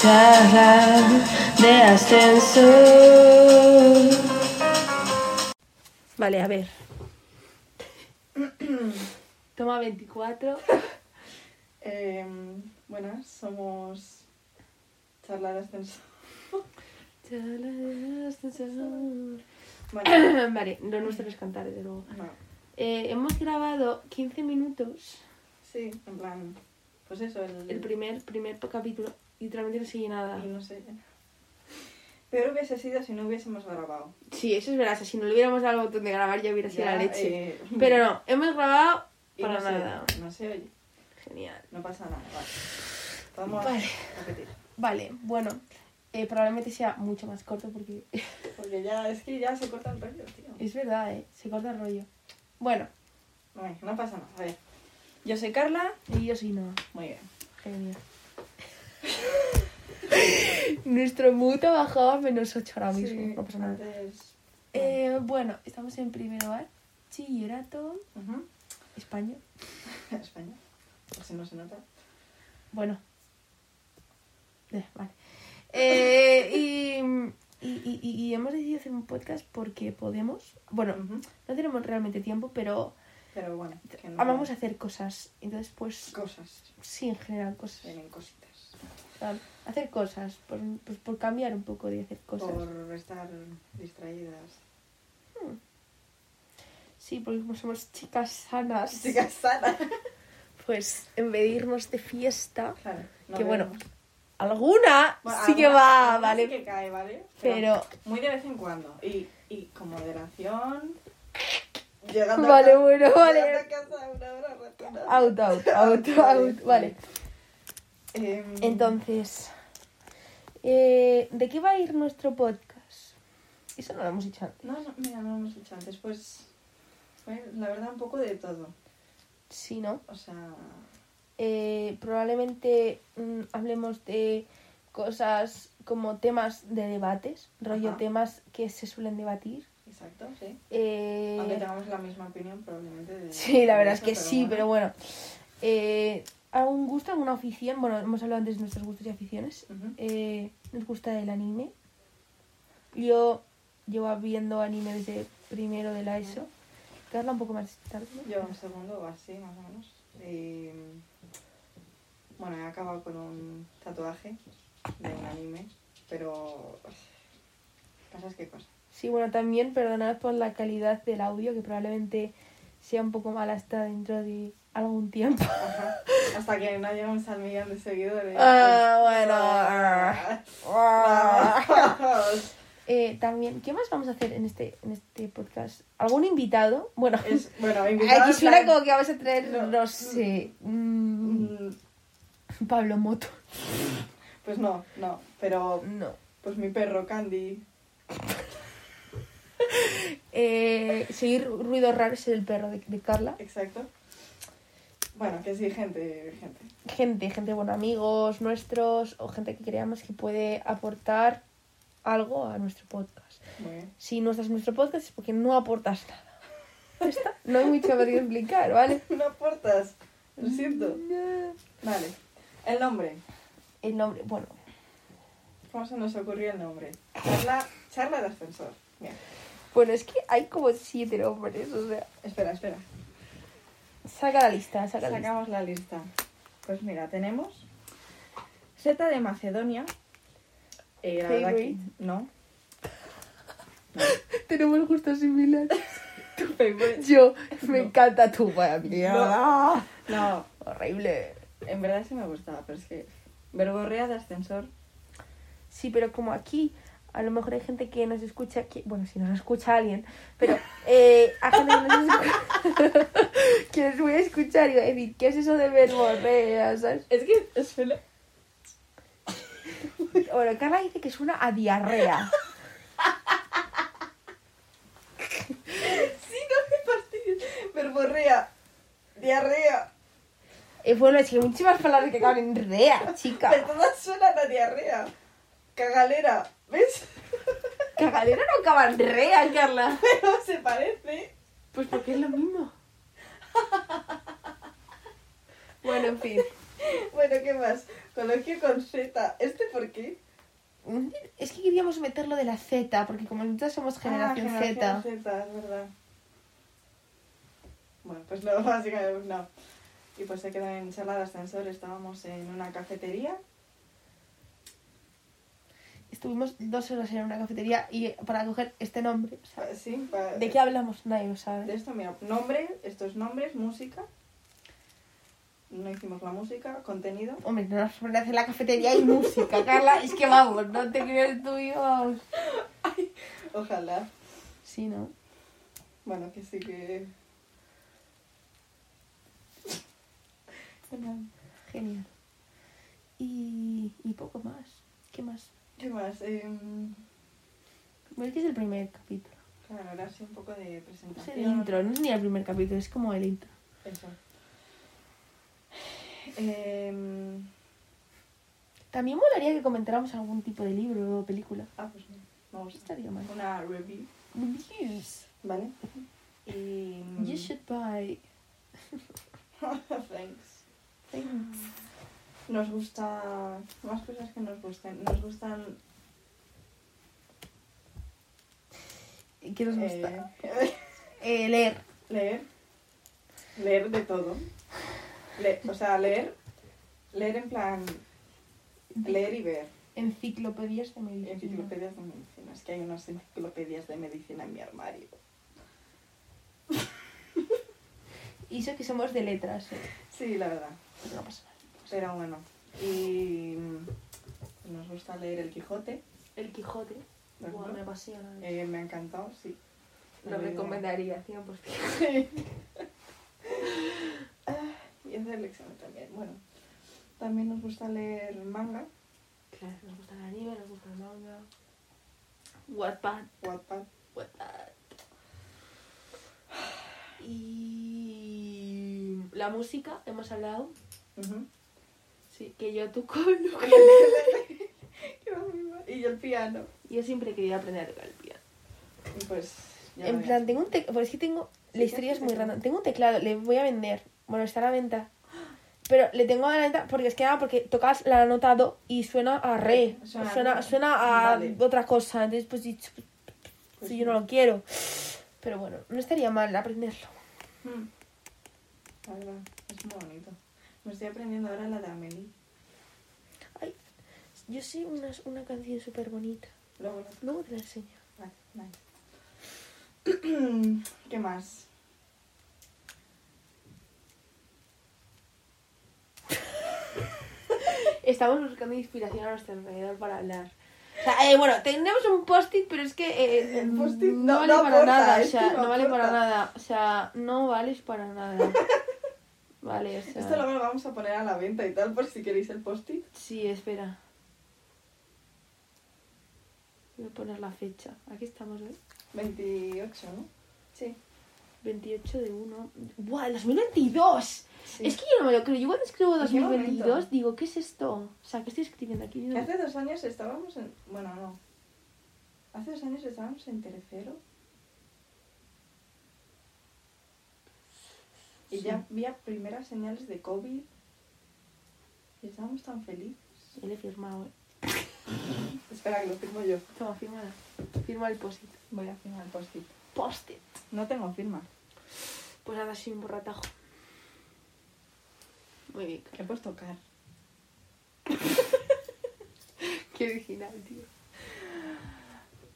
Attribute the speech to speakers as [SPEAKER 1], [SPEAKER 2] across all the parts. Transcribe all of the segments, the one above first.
[SPEAKER 1] charla de ascensor.
[SPEAKER 2] Vale, a ver. Toma 24.
[SPEAKER 3] Em, buenas, somos charla de ascensor.
[SPEAKER 2] Charla de ascensor.
[SPEAKER 3] Bueno,
[SPEAKER 2] vale, lo nuestro es cantar, desde luego.
[SPEAKER 3] no,
[SPEAKER 2] Eh, hemos grabado 15 minutos
[SPEAKER 3] sí, en plan, pues eso, el,
[SPEAKER 2] el primer, primer capítulo. Literalmente no sigue nada.
[SPEAKER 3] y no sé. Peor hubiese sido si no hubiésemos grabado.
[SPEAKER 2] Sí, eso es verdad. o sea, si no le hubiéramos dado al botón de grabar ya hubiera sido
[SPEAKER 3] Ya,
[SPEAKER 2] la leche.
[SPEAKER 3] eh,
[SPEAKER 2] Pero no, hemos grabado
[SPEAKER 3] y
[SPEAKER 2] para
[SPEAKER 3] no se-
[SPEAKER 2] nada.
[SPEAKER 3] no se oye,
[SPEAKER 2] Genial.
[SPEAKER 3] no pasa nada, vale. Vamos
[SPEAKER 2] Vale.
[SPEAKER 3] a repetir.
[SPEAKER 2] Vale, bueno. eh, probablemente sea mucho más corto porque
[SPEAKER 3] Porque ya, es que ya se corta el rollo, tío.
[SPEAKER 2] es verdad, ¿eh? Se corta el rollo. Bueno,
[SPEAKER 3] Bueno, no pasa nada, a ver. Yo soy Carla.
[SPEAKER 2] y yo soy Noah.
[SPEAKER 3] Muy bien.
[SPEAKER 2] Genial. Nuestro mood ha bajado a menos 8 ahora mismo.
[SPEAKER 3] Sí, Ah,
[SPEAKER 2] no pasa nada.
[SPEAKER 3] antes-
[SPEAKER 2] Eh, bueno, estamos en primero bachillerato,
[SPEAKER 3] Ujú.
[SPEAKER 2] España.
[SPEAKER 3] España. Por si no se nota.
[SPEAKER 2] Bueno. Eh, vale. Eh, y, y- y- y hemos decidido hacer un podcast porque podemos. Bueno,
[SPEAKER 3] Ujú.
[SPEAKER 2] no tenemos realmente tiempo, pero
[SPEAKER 3] Pero bueno, que no-
[SPEAKER 2] amamos Ah, hacer cosas. Entonces, pues,
[SPEAKER 3] cosas.
[SPEAKER 2] sí, en general, cosas.
[SPEAKER 3] Vienen cositas.
[SPEAKER 2] Tal. Hacer cosas, por, pues, por cambiar un poco de hacer cosas.
[SPEAKER 3] Por estar distraídas.
[SPEAKER 2] Sí, porque como somos chicas sanas,
[SPEAKER 3] Chicas sanas.
[SPEAKER 2] pues en vez de irnos de fiesta,
[SPEAKER 3] Claro. no
[SPEAKER 2] Que bueno,
[SPEAKER 3] vemos.
[SPEAKER 2] alguna
[SPEAKER 3] Bueno,
[SPEAKER 2] sí que
[SPEAKER 3] alguna-
[SPEAKER 2] va,
[SPEAKER 3] alguna
[SPEAKER 2] ¿vale?
[SPEAKER 3] Sí que cae, ¿vale?
[SPEAKER 2] Pero,
[SPEAKER 3] Muy de vez en cuando. Y, y con moderación. Llegando
[SPEAKER 2] vale,
[SPEAKER 3] a casa,
[SPEAKER 2] bueno,
[SPEAKER 3] llegando
[SPEAKER 2] vale.
[SPEAKER 3] a casa una hora ratonada.
[SPEAKER 2] Out, out, out, out, vale.
[SPEAKER 3] Em,
[SPEAKER 2] Entonces, eh, ¿de qué va a ir nuestro podcast? Eso no lo hemos dicho antes.
[SPEAKER 3] No, no, mira, no lo hemos dicho antes. Pues. Fue, la verdad, un poco de todo.
[SPEAKER 2] Sí, ¿no?
[SPEAKER 3] O sea.
[SPEAKER 2] Eh, probablemente mm, hablemos de cosas como temas de debates, rollo
[SPEAKER 3] Ajá.
[SPEAKER 2] temas que se suelen debatir.
[SPEAKER 3] Exacto, sí.
[SPEAKER 2] Eh,
[SPEAKER 3] Aunque tengamos la misma opinión, probablemente. de-
[SPEAKER 2] Sí, la
[SPEAKER 3] de
[SPEAKER 2] verdad es
[SPEAKER 3] eso,
[SPEAKER 2] que sí,
[SPEAKER 3] bueno.
[SPEAKER 2] pero bueno. Eh, ¿Algún gusto, alguna afición? Bueno, hemos hablado antes de nuestros gustos y aficiones.
[SPEAKER 3] Ujú.
[SPEAKER 2] Eh, nos gusta el anime. Yo llevo viendo anime desde primero de la ESO. Carla un poco más tarde. ¿no?
[SPEAKER 3] Yo un segundo o así, más o menos. Y, bueno, he acabado con un tatuaje de un anime, pero... pues, ¿Pasas qué cosa?
[SPEAKER 2] Sí, bueno, también perdonad por la calidad del audio, que probablemente sea un poco mala hasta dentro de algún tiempo.
[SPEAKER 3] Ajá. Hasta que no llegamos al millón de seguidores. Pues,
[SPEAKER 2] Ah, bueno, ah.
[SPEAKER 3] Ah, vamos.
[SPEAKER 2] Eh, también, ¿qué más vamos a hacer en este, en este podcast? ¿Algún invitado? Bueno,
[SPEAKER 3] Es, bueno, invitado
[SPEAKER 2] Aquí
[SPEAKER 3] en
[SPEAKER 2] suena
[SPEAKER 3] plan-
[SPEAKER 2] como que vamos a traer,
[SPEAKER 3] No.
[SPEAKER 2] no sé, mm,
[SPEAKER 3] Mm,
[SPEAKER 2] Pablo Moto.
[SPEAKER 3] Pues no, no. Pero
[SPEAKER 2] No.
[SPEAKER 3] pues mi perro Candy.
[SPEAKER 2] Eh, seguir ruidos raros es el perro de, de Carla.
[SPEAKER 3] Exacto. Bueno, que sí, gente, gente.
[SPEAKER 2] Gente, gente, bueno, amigos nuestros o gente que creamos que puede aportar algo a nuestro podcast.
[SPEAKER 3] Muy bien.
[SPEAKER 2] Si no estás en nuestro podcast es porque no aportas nada. Ya está. No hay mucho más que explicar, ¿vale?
[SPEAKER 3] No aportas. Lo siento. Vale. El nombre.
[SPEAKER 2] El nombre, bueno,
[SPEAKER 3] ¿Cómo se nos ocurrió el nombre? Charla, charla de ascensor. Bien.
[SPEAKER 2] bueno, es que hay como siete nombres, o sea.
[SPEAKER 3] Espera, espera.
[SPEAKER 2] Saca la lista, saca la lista.
[SPEAKER 3] Sacamos la lista. Pues mira, tenemos Z de Macedonia. Eh, la verdad que-
[SPEAKER 2] Favorite.
[SPEAKER 3] no.
[SPEAKER 2] Tenemos gustos similares.
[SPEAKER 3] Tu favorite.
[SPEAKER 2] Yo, me encanta tu para mierda.
[SPEAKER 3] No,
[SPEAKER 2] Horrible.
[SPEAKER 3] en verdad sí me gustaba, pero es que. Verborrea de ascensor.
[SPEAKER 2] Sí, pero como aquí, a lo mejor hay gente que nos escucha, que, bueno, si nos escucha alguien, pero eh, a gente que nos escucha, que nos voy a escuchar y va a decir, ¿qué es eso de verborrea? ¿Sabes?
[SPEAKER 3] Es que suena.
[SPEAKER 2] Bueno, Carla dice que suena a diarrea.
[SPEAKER 3] Sí, no me fastidies. Verborrea. Diarrea.
[SPEAKER 2] Eh, bueno, es que hay muchísimas palabras que acaban en rea,
[SPEAKER 3] De
[SPEAKER 2] chica.
[SPEAKER 3] todas suena la diarrea. Cagalera. ¿Ves?
[SPEAKER 2] Cagadera no acaba en rea, Carla.
[SPEAKER 3] Pero se parece.
[SPEAKER 2] Pues porque es lo mismo. Bueno, en fin.
[SPEAKER 3] Bueno, ¿qué más? Coloquio con Z. ¿Este por qué?
[SPEAKER 2] Es que queríamos meter lo de la Z, porque como nosotros somos generación,
[SPEAKER 3] Ah,
[SPEAKER 2] Z.
[SPEAKER 3] generación Z, es verdad. Bueno, pues no, básicamente no. Y pues se quedó en charla de ascensor. Estábamos en una cafetería.
[SPEAKER 2] Estuvimos dos horas en una cafetería y para coger este nombre. o sea,
[SPEAKER 3] Pa- Ah, Sí, pa-
[SPEAKER 2] ¿De qué hablamos? Nadie lo sabe.
[SPEAKER 3] De esto, mira, nombre, estos nombres, música. No hicimos la música, contenido.
[SPEAKER 2] Hombre, no nos ponen a hacer la cafetería y música, Carla. Es que vamos, no te creas tú y yo, vamos.
[SPEAKER 3] Ojalá.
[SPEAKER 2] Sí, ¿no?
[SPEAKER 3] Bueno, que sí que.
[SPEAKER 2] Genial. Y, y poco más. ¿Qué más?
[SPEAKER 3] ¿Qué más? Em,
[SPEAKER 2] Bueno, este es el primer capítulo.
[SPEAKER 3] claro, ahora sí un poco de
[SPEAKER 2] Es
[SPEAKER 3] presentación.
[SPEAKER 2] el intro, no es ni el primer capítulo, es como el intro.
[SPEAKER 3] Eso. Em,
[SPEAKER 2] También molaría que comentáramos algún tipo de libro o película.
[SPEAKER 3] ah, pues no, me
[SPEAKER 2] No
[SPEAKER 3] gusta.
[SPEAKER 2] estaría mal.
[SPEAKER 3] Una review,
[SPEAKER 2] Reviews.
[SPEAKER 3] ¿vale? Y. oh,
[SPEAKER 2] You should buy.
[SPEAKER 3] Thanks.
[SPEAKER 2] Mm.
[SPEAKER 3] Nos gusta. Más cosas que nos gusten. Nos gustan.
[SPEAKER 2] ¿Y ¿Qué nos gusta?
[SPEAKER 3] eh,
[SPEAKER 2] Eh, leer.
[SPEAKER 3] Leer. Leer de todo. Le- o sea, leer. Leer en plan. Leer y ver.
[SPEAKER 2] Enciclopedias de medicina.
[SPEAKER 3] Enciclopedias de medicina. Es que hay unas enciclopedias de medicina en mi armario.
[SPEAKER 2] Y eso que somos de letras, eh,
[SPEAKER 3] Sí, la verdad.
[SPEAKER 2] pero no pasa nada.
[SPEAKER 3] Pero bueno. Y. mm, Nos gusta leer El Quijote.
[SPEAKER 2] El Quijote.
[SPEAKER 3] por
[SPEAKER 2] Buah,
[SPEAKER 3] ejemplo.
[SPEAKER 2] me apasiona.
[SPEAKER 3] Eh, me ha encantado, sí.
[SPEAKER 2] Lo
[SPEAKER 3] Eh,
[SPEAKER 2] recomendaría, 100%.
[SPEAKER 3] Sí. Ah, y hacer el examen también. Bueno. También nos gusta leer manga.
[SPEAKER 2] Claro, nos gusta el anime, nos gusta el manga. Wattpad,
[SPEAKER 3] Wattpad.
[SPEAKER 2] Wattpad. Y la música, hemos hablado.
[SPEAKER 3] Ujú.
[SPEAKER 2] Sí, que yo toco el ukelele.
[SPEAKER 3] Ukelele. Qué barbaridad. y yo el piano.
[SPEAKER 2] Yo siempre quería aprender a tocar el piano.
[SPEAKER 3] Y pues. ya
[SPEAKER 2] en
[SPEAKER 3] verás.
[SPEAKER 2] plan, tengo un teclado. Pues es que tengo.
[SPEAKER 3] Sí,
[SPEAKER 2] la
[SPEAKER 3] tienes
[SPEAKER 2] historia
[SPEAKER 3] un
[SPEAKER 2] es muy
[SPEAKER 3] teclado.
[SPEAKER 2] random. Tengo un teclado, le voy a vender. Bueno, está a la venta. Pero le tengo a la venta porque es que nada, porque tocas la nota do y suena a re.
[SPEAKER 3] Suena a re.
[SPEAKER 2] Suena, suena a
[SPEAKER 3] Vale.
[SPEAKER 2] otra cosa. Entonces, pues, dicho, pues,
[SPEAKER 3] Pues
[SPEAKER 2] yo no lo quiero. Pero bueno, no estaría mal aprenderlo.
[SPEAKER 3] Mm. La verdad, es muy bonito. Me estoy aprendiendo ahora la de Amelie.
[SPEAKER 2] Yo sé una, una canción súper bonita.
[SPEAKER 3] Luego la-
[SPEAKER 2] Luego te la enseño.
[SPEAKER 3] Vale, vale. ¿Qué más?
[SPEAKER 2] Estamos buscando inspiración a nuestro alrededor para hablar. O sea, eh, bueno, tenemos un post-it, pero es que eh,
[SPEAKER 3] El post-it
[SPEAKER 2] no,
[SPEAKER 3] no-
[SPEAKER 2] vale
[SPEAKER 3] no
[SPEAKER 2] para
[SPEAKER 3] aporta,
[SPEAKER 2] nada. O
[SPEAKER 3] es que
[SPEAKER 2] sea,
[SPEAKER 3] no
[SPEAKER 2] no, vale para
[SPEAKER 3] aporta.
[SPEAKER 2] nada. O sea, no vales para nada. Vale, o sea.
[SPEAKER 3] Esto luego lo vamos a poner a la venta y tal, por si queréis el post-it.
[SPEAKER 2] Sí, espera. Voy a poner la fecha. Aquí estamos, ¿eh?
[SPEAKER 3] 28, ¿no? Sí.
[SPEAKER 2] 28 de 1. ¡Buah, el 2022!
[SPEAKER 3] sí.
[SPEAKER 2] Es que yo no me lo creo. Yo cuando escribo
[SPEAKER 3] ¿En qué momento?
[SPEAKER 2] 2022 digo, ¿qué es esto? O sea, ¿qué estoy escribiendo aquí? Yo no-
[SPEAKER 3] Hace dos años estábamos en. Bueno, no. Hace dos años estábamos en tercero. Y
[SPEAKER 2] Sí.
[SPEAKER 3] ya había primeras señales de COVID. Y estábamos tan felices.
[SPEAKER 2] Yo le he firmado, ¿eh?
[SPEAKER 3] Espera, que lo firmo yo.
[SPEAKER 2] Toma, fírmala. Firma el post-it.
[SPEAKER 3] Voy a firmar el post-it.
[SPEAKER 2] Post-it.
[SPEAKER 3] No tengo firma.
[SPEAKER 2] Pues ahora sí, un borratajo. Muy bien.
[SPEAKER 3] ¿Qué puedes tocar?
[SPEAKER 2] Qué original, tío.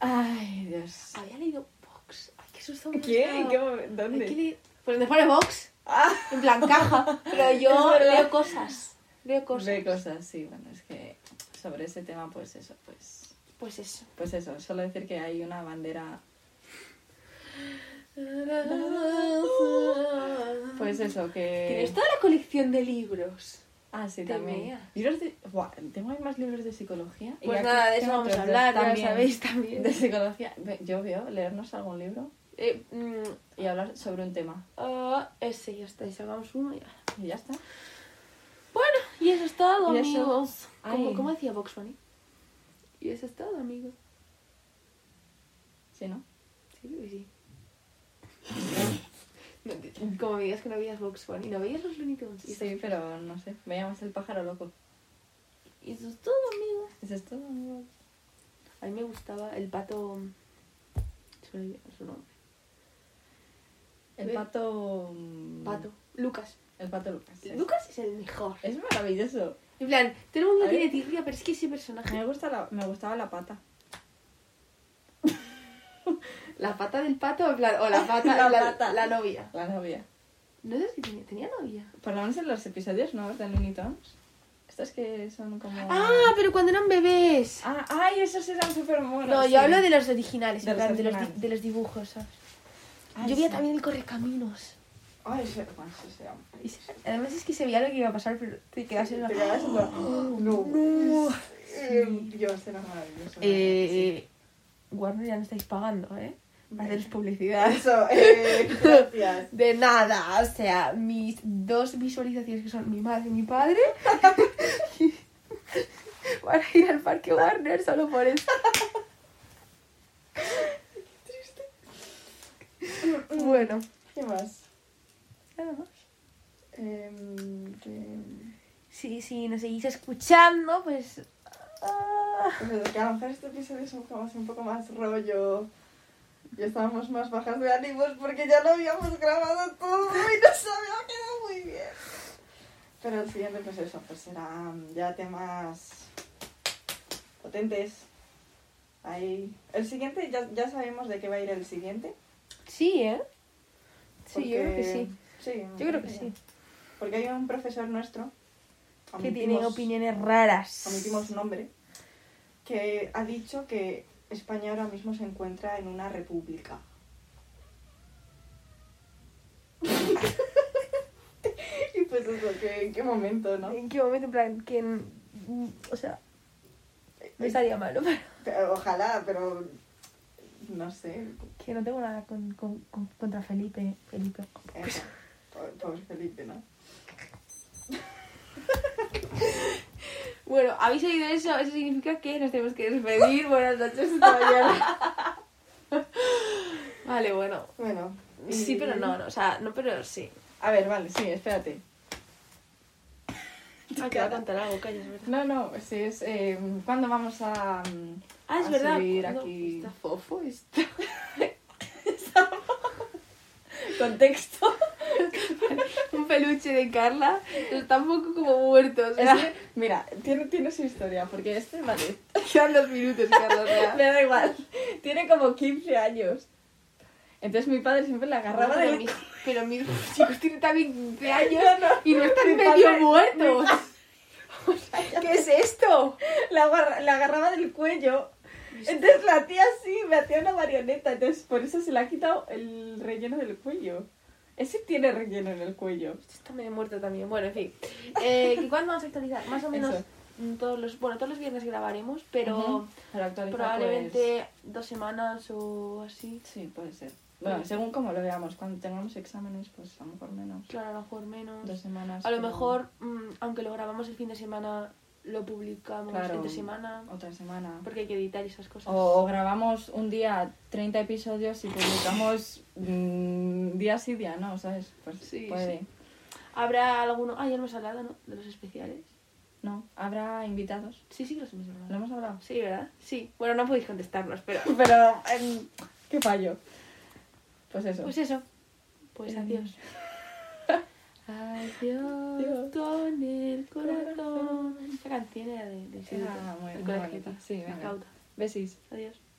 [SPEAKER 3] Ay, Dios.
[SPEAKER 2] Había leído Vox. Ay, qué susto. me
[SPEAKER 3] ¿Qué?
[SPEAKER 2] ha
[SPEAKER 3] ¿En
[SPEAKER 2] dado.
[SPEAKER 3] qué momento?
[SPEAKER 2] Ay, qué
[SPEAKER 3] ¿Dónde?
[SPEAKER 2] le- Pues me pone Vox.
[SPEAKER 3] Ah,
[SPEAKER 2] En plan caja. Pero yo
[SPEAKER 3] Es verdad.
[SPEAKER 2] leo cosas. Leo cosas.
[SPEAKER 3] de cosas, sí. Bueno, es que sobre ese tema, pues eso, pues.
[SPEAKER 2] Pues eso.
[SPEAKER 3] Pues eso, solo decir que hay una bandera. Pues
[SPEAKER 2] Ah.
[SPEAKER 3] eso, que.
[SPEAKER 2] Tienes toda la colección de libros.
[SPEAKER 3] Ah, sí,
[SPEAKER 2] Te
[SPEAKER 3] también.
[SPEAKER 2] veas.
[SPEAKER 3] Libros de... Buah, tengo ahí más libros de psicología. Y
[SPEAKER 2] Pues
[SPEAKER 3] aquí
[SPEAKER 2] nada, de eso
[SPEAKER 3] tengo
[SPEAKER 2] vamos a
[SPEAKER 3] otros
[SPEAKER 2] hablar,
[SPEAKER 3] dos
[SPEAKER 2] ya lo
[SPEAKER 3] también
[SPEAKER 2] sabéis también.
[SPEAKER 3] De psicología. Ve, Yo veo leernos algún libro
[SPEAKER 2] Eh, mm,
[SPEAKER 3] y hablar sobre un tema.
[SPEAKER 2] ah, ese ya está, y sacamos uno y ya.
[SPEAKER 3] Y ya está.
[SPEAKER 2] Bueno, y eso es todo,
[SPEAKER 3] Y eso-
[SPEAKER 2] amigos.
[SPEAKER 3] Ay.
[SPEAKER 2] ¿Cómo, cómo decía Vox Bunny? Y eso es todo, amigos.
[SPEAKER 3] ¿Sí, no?
[SPEAKER 2] Sí, creo que sí. No te- Como me digas que no veías Vox Bunny, ¿no veías los Looney Tunes?
[SPEAKER 3] Sí, pero no sé. Veíamos el pájaro loco.
[SPEAKER 2] Y eso es todo, amigo.
[SPEAKER 3] Eso es todo, amigos.
[SPEAKER 2] A mí me gustaba el pato. se me olvidó su nombre.
[SPEAKER 3] El
[SPEAKER 2] Ve.
[SPEAKER 3] pato. mm,
[SPEAKER 2] Pato. Lucas.
[SPEAKER 3] El pato Lucas. Es,
[SPEAKER 2] Lucas es el mejor.
[SPEAKER 3] es maravilloso.
[SPEAKER 2] En plan, todo el mundo
[SPEAKER 3] A ver.
[SPEAKER 2] tiene tirria, pero es que ese personaje.
[SPEAKER 3] Me, gusta la, me gustaba la pata.
[SPEAKER 2] La pata del pato, en plan, o la pata,
[SPEAKER 3] La
[SPEAKER 2] la,
[SPEAKER 3] pata.
[SPEAKER 2] la novia.
[SPEAKER 3] La novia.
[SPEAKER 2] No sé si tenía, tenía novia.
[SPEAKER 3] Por lo menos en los episodios nuevos de Looney Tunes. Estas que son como.
[SPEAKER 2] Ah, pero cuando eran bebés.
[SPEAKER 3] Ah, ¡Ay! Esos eran súper monos.
[SPEAKER 2] no,
[SPEAKER 3] sí.
[SPEAKER 2] yo hablo de los originales,
[SPEAKER 3] De
[SPEAKER 2] en
[SPEAKER 3] los
[SPEAKER 2] plan, de los, di-
[SPEAKER 3] originales.
[SPEAKER 2] de los dibujos, ¿sabes?
[SPEAKER 3] Ay,
[SPEAKER 2] yo veía
[SPEAKER 3] sí.
[SPEAKER 2] también el correcaminos.
[SPEAKER 3] Ay, ese- bueno, eso se llama.
[SPEAKER 2] Y se- Además es que se veía lo que iba a pasar, pero te quedas en la...
[SPEAKER 3] Pero ahora es como, no.
[SPEAKER 2] No.
[SPEAKER 3] Eh, Yo, este era maravilloso.
[SPEAKER 2] Eh, Warner ya no estáis pagando, ¿eh? Para haceros publicidad.
[SPEAKER 3] Eso, eh, gracias.
[SPEAKER 2] De nada, o sea, mis dos visualizaciones que son mi madre y mi padre van a ir al parque Warner solo por eso. Bueno,
[SPEAKER 3] ¿Qué más?
[SPEAKER 2] nada más.
[SPEAKER 3] Em, que-
[SPEAKER 2] Si, si nos seguís escuchando, pues... ah,
[SPEAKER 3] Pero que a lo mejor este episodio es un poco más, un poco más rollo. Y estábamos más bajas de ánimos porque ya lo habíamos grabado todo y nos había quedado muy bien. Pero el siguiente, pues eso, pues será ya temas potentes. Ahí. El siguiente, ya, ya sabemos de qué va a ir el siguiente.
[SPEAKER 2] sí, ¿eh? Sí, yo creo que
[SPEAKER 3] porque-
[SPEAKER 2] sí.
[SPEAKER 3] sí.
[SPEAKER 2] Yo creo que sí.
[SPEAKER 3] Porque hay un profesor nuestro.
[SPEAKER 2] Que tiene
[SPEAKER 3] omitimos-
[SPEAKER 2] opiniones raras.
[SPEAKER 3] omitimos su nombre, que ha dicho que España ahora mismo se encuentra en una república. y pues eso, que en qué momento, ¿no?
[SPEAKER 2] ¿En qué momento? En plan, que... mm, O sea,
[SPEAKER 3] Eh,
[SPEAKER 2] no estaría malo, pero...
[SPEAKER 3] Pero Ojalá, pero no sé.
[SPEAKER 2] Que no tengo nada con- con- con- contra Felipe. Felipe.
[SPEAKER 3] eh,
[SPEAKER 2] Pues
[SPEAKER 3] pobre- Pobre Felipe, ¿no?
[SPEAKER 2] Bueno, habéis oído eso, eso significa que nos tenemos que despedir. Buenas noches, hasta mañana. vale, bueno.
[SPEAKER 3] Bueno. y-
[SPEAKER 2] Sí, pero no, no, o sea, no, pero sí.
[SPEAKER 3] A ver, vale, sí, espérate.
[SPEAKER 2] Me Ah, queda contar algo, calla, es verdad.
[SPEAKER 3] No, no, sí, es. eh, ¿Cuándo vamos a.? mm,
[SPEAKER 2] Ah, es
[SPEAKER 3] A
[SPEAKER 2] verdad.
[SPEAKER 3] subir
[SPEAKER 2] ¿cuándo?
[SPEAKER 3] aquí.
[SPEAKER 2] Está fofo, está.
[SPEAKER 3] Contexto.
[SPEAKER 2] Un peluche de Carla está un poco como muerto, o sea.
[SPEAKER 3] Es que, mira, tiene, tiene su historia, porque este, vale,
[SPEAKER 2] Quedan dos minutos, Carla, o sea.
[SPEAKER 3] me da igual, tiene como 15 años. Entonces mi padre siempre le agarraba
[SPEAKER 2] pero,
[SPEAKER 3] del...
[SPEAKER 2] mis, pero mis chicos tienen también 15 años
[SPEAKER 3] No, no.
[SPEAKER 2] y no están
[SPEAKER 3] Mi
[SPEAKER 2] medio
[SPEAKER 3] padre-
[SPEAKER 2] muertos.
[SPEAKER 3] O sea, ya-
[SPEAKER 2] ¿Qué es esto?
[SPEAKER 3] la, agarra- la agarraba del cuello. Entonces la tía así, me hacía una marioneta, entonces por eso se le ha quitado el relleno del cuello. Ese tiene relleno en el cuello.
[SPEAKER 2] Está medio muerto también. Bueno, en fin. Eh, ¿que ¿Cuándo vamos a actualizar? Más o menos
[SPEAKER 3] Eso.
[SPEAKER 2] mm, todos los, bueno, todos los viernes grabaremos, pero
[SPEAKER 3] Ujú. Para actualizar, pues-
[SPEAKER 2] probablemente dos semanas o así.
[SPEAKER 3] Sí, puede ser. Bueno, según como lo veamos, cuando tengamos exámenes, pues a lo mejor menos.
[SPEAKER 2] Claro, a lo mejor menos.
[SPEAKER 3] Dos semanas.
[SPEAKER 2] a lo
[SPEAKER 3] pero-
[SPEAKER 2] mejor, mm, aunque lo grabamos el fin de semana, lo publicamos
[SPEAKER 3] Claro.
[SPEAKER 2] entre semana,
[SPEAKER 3] Otra semana.
[SPEAKER 2] porque hay que editar esas cosas.
[SPEAKER 3] O, o grabamos un día 30 episodios y publicamos mm, día sí, día no, ¿sabes? Pues
[SPEAKER 2] Sí,
[SPEAKER 3] puede.
[SPEAKER 2] Habrá alguno... Ah, ya lo hemos hablado, ¿no? De los especiales.
[SPEAKER 3] No, habrá invitados.
[SPEAKER 2] Sí, sí que los hemos
[SPEAKER 3] ¿Lo
[SPEAKER 2] hablado.
[SPEAKER 3] hemos hablado?
[SPEAKER 2] Sí, ¿verdad? Sí. Bueno, no podéis contestarnos, pero...
[SPEAKER 3] Pero, em, qué fallo. Pues eso.
[SPEAKER 2] Pues eso. Pues
[SPEAKER 3] Eh.
[SPEAKER 2] adiós. Adiós
[SPEAKER 3] Adiós.
[SPEAKER 2] con el corazón. Esa canción era de, del
[SPEAKER 3] Era muy-
[SPEAKER 2] del
[SPEAKER 3] muy
[SPEAKER 2] colegio.
[SPEAKER 3] bonita. Sí,
[SPEAKER 2] la
[SPEAKER 3] venga.
[SPEAKER 2] flauta.
[SPEAKER 3] Besis.
[SPEAKER 2] Adiós.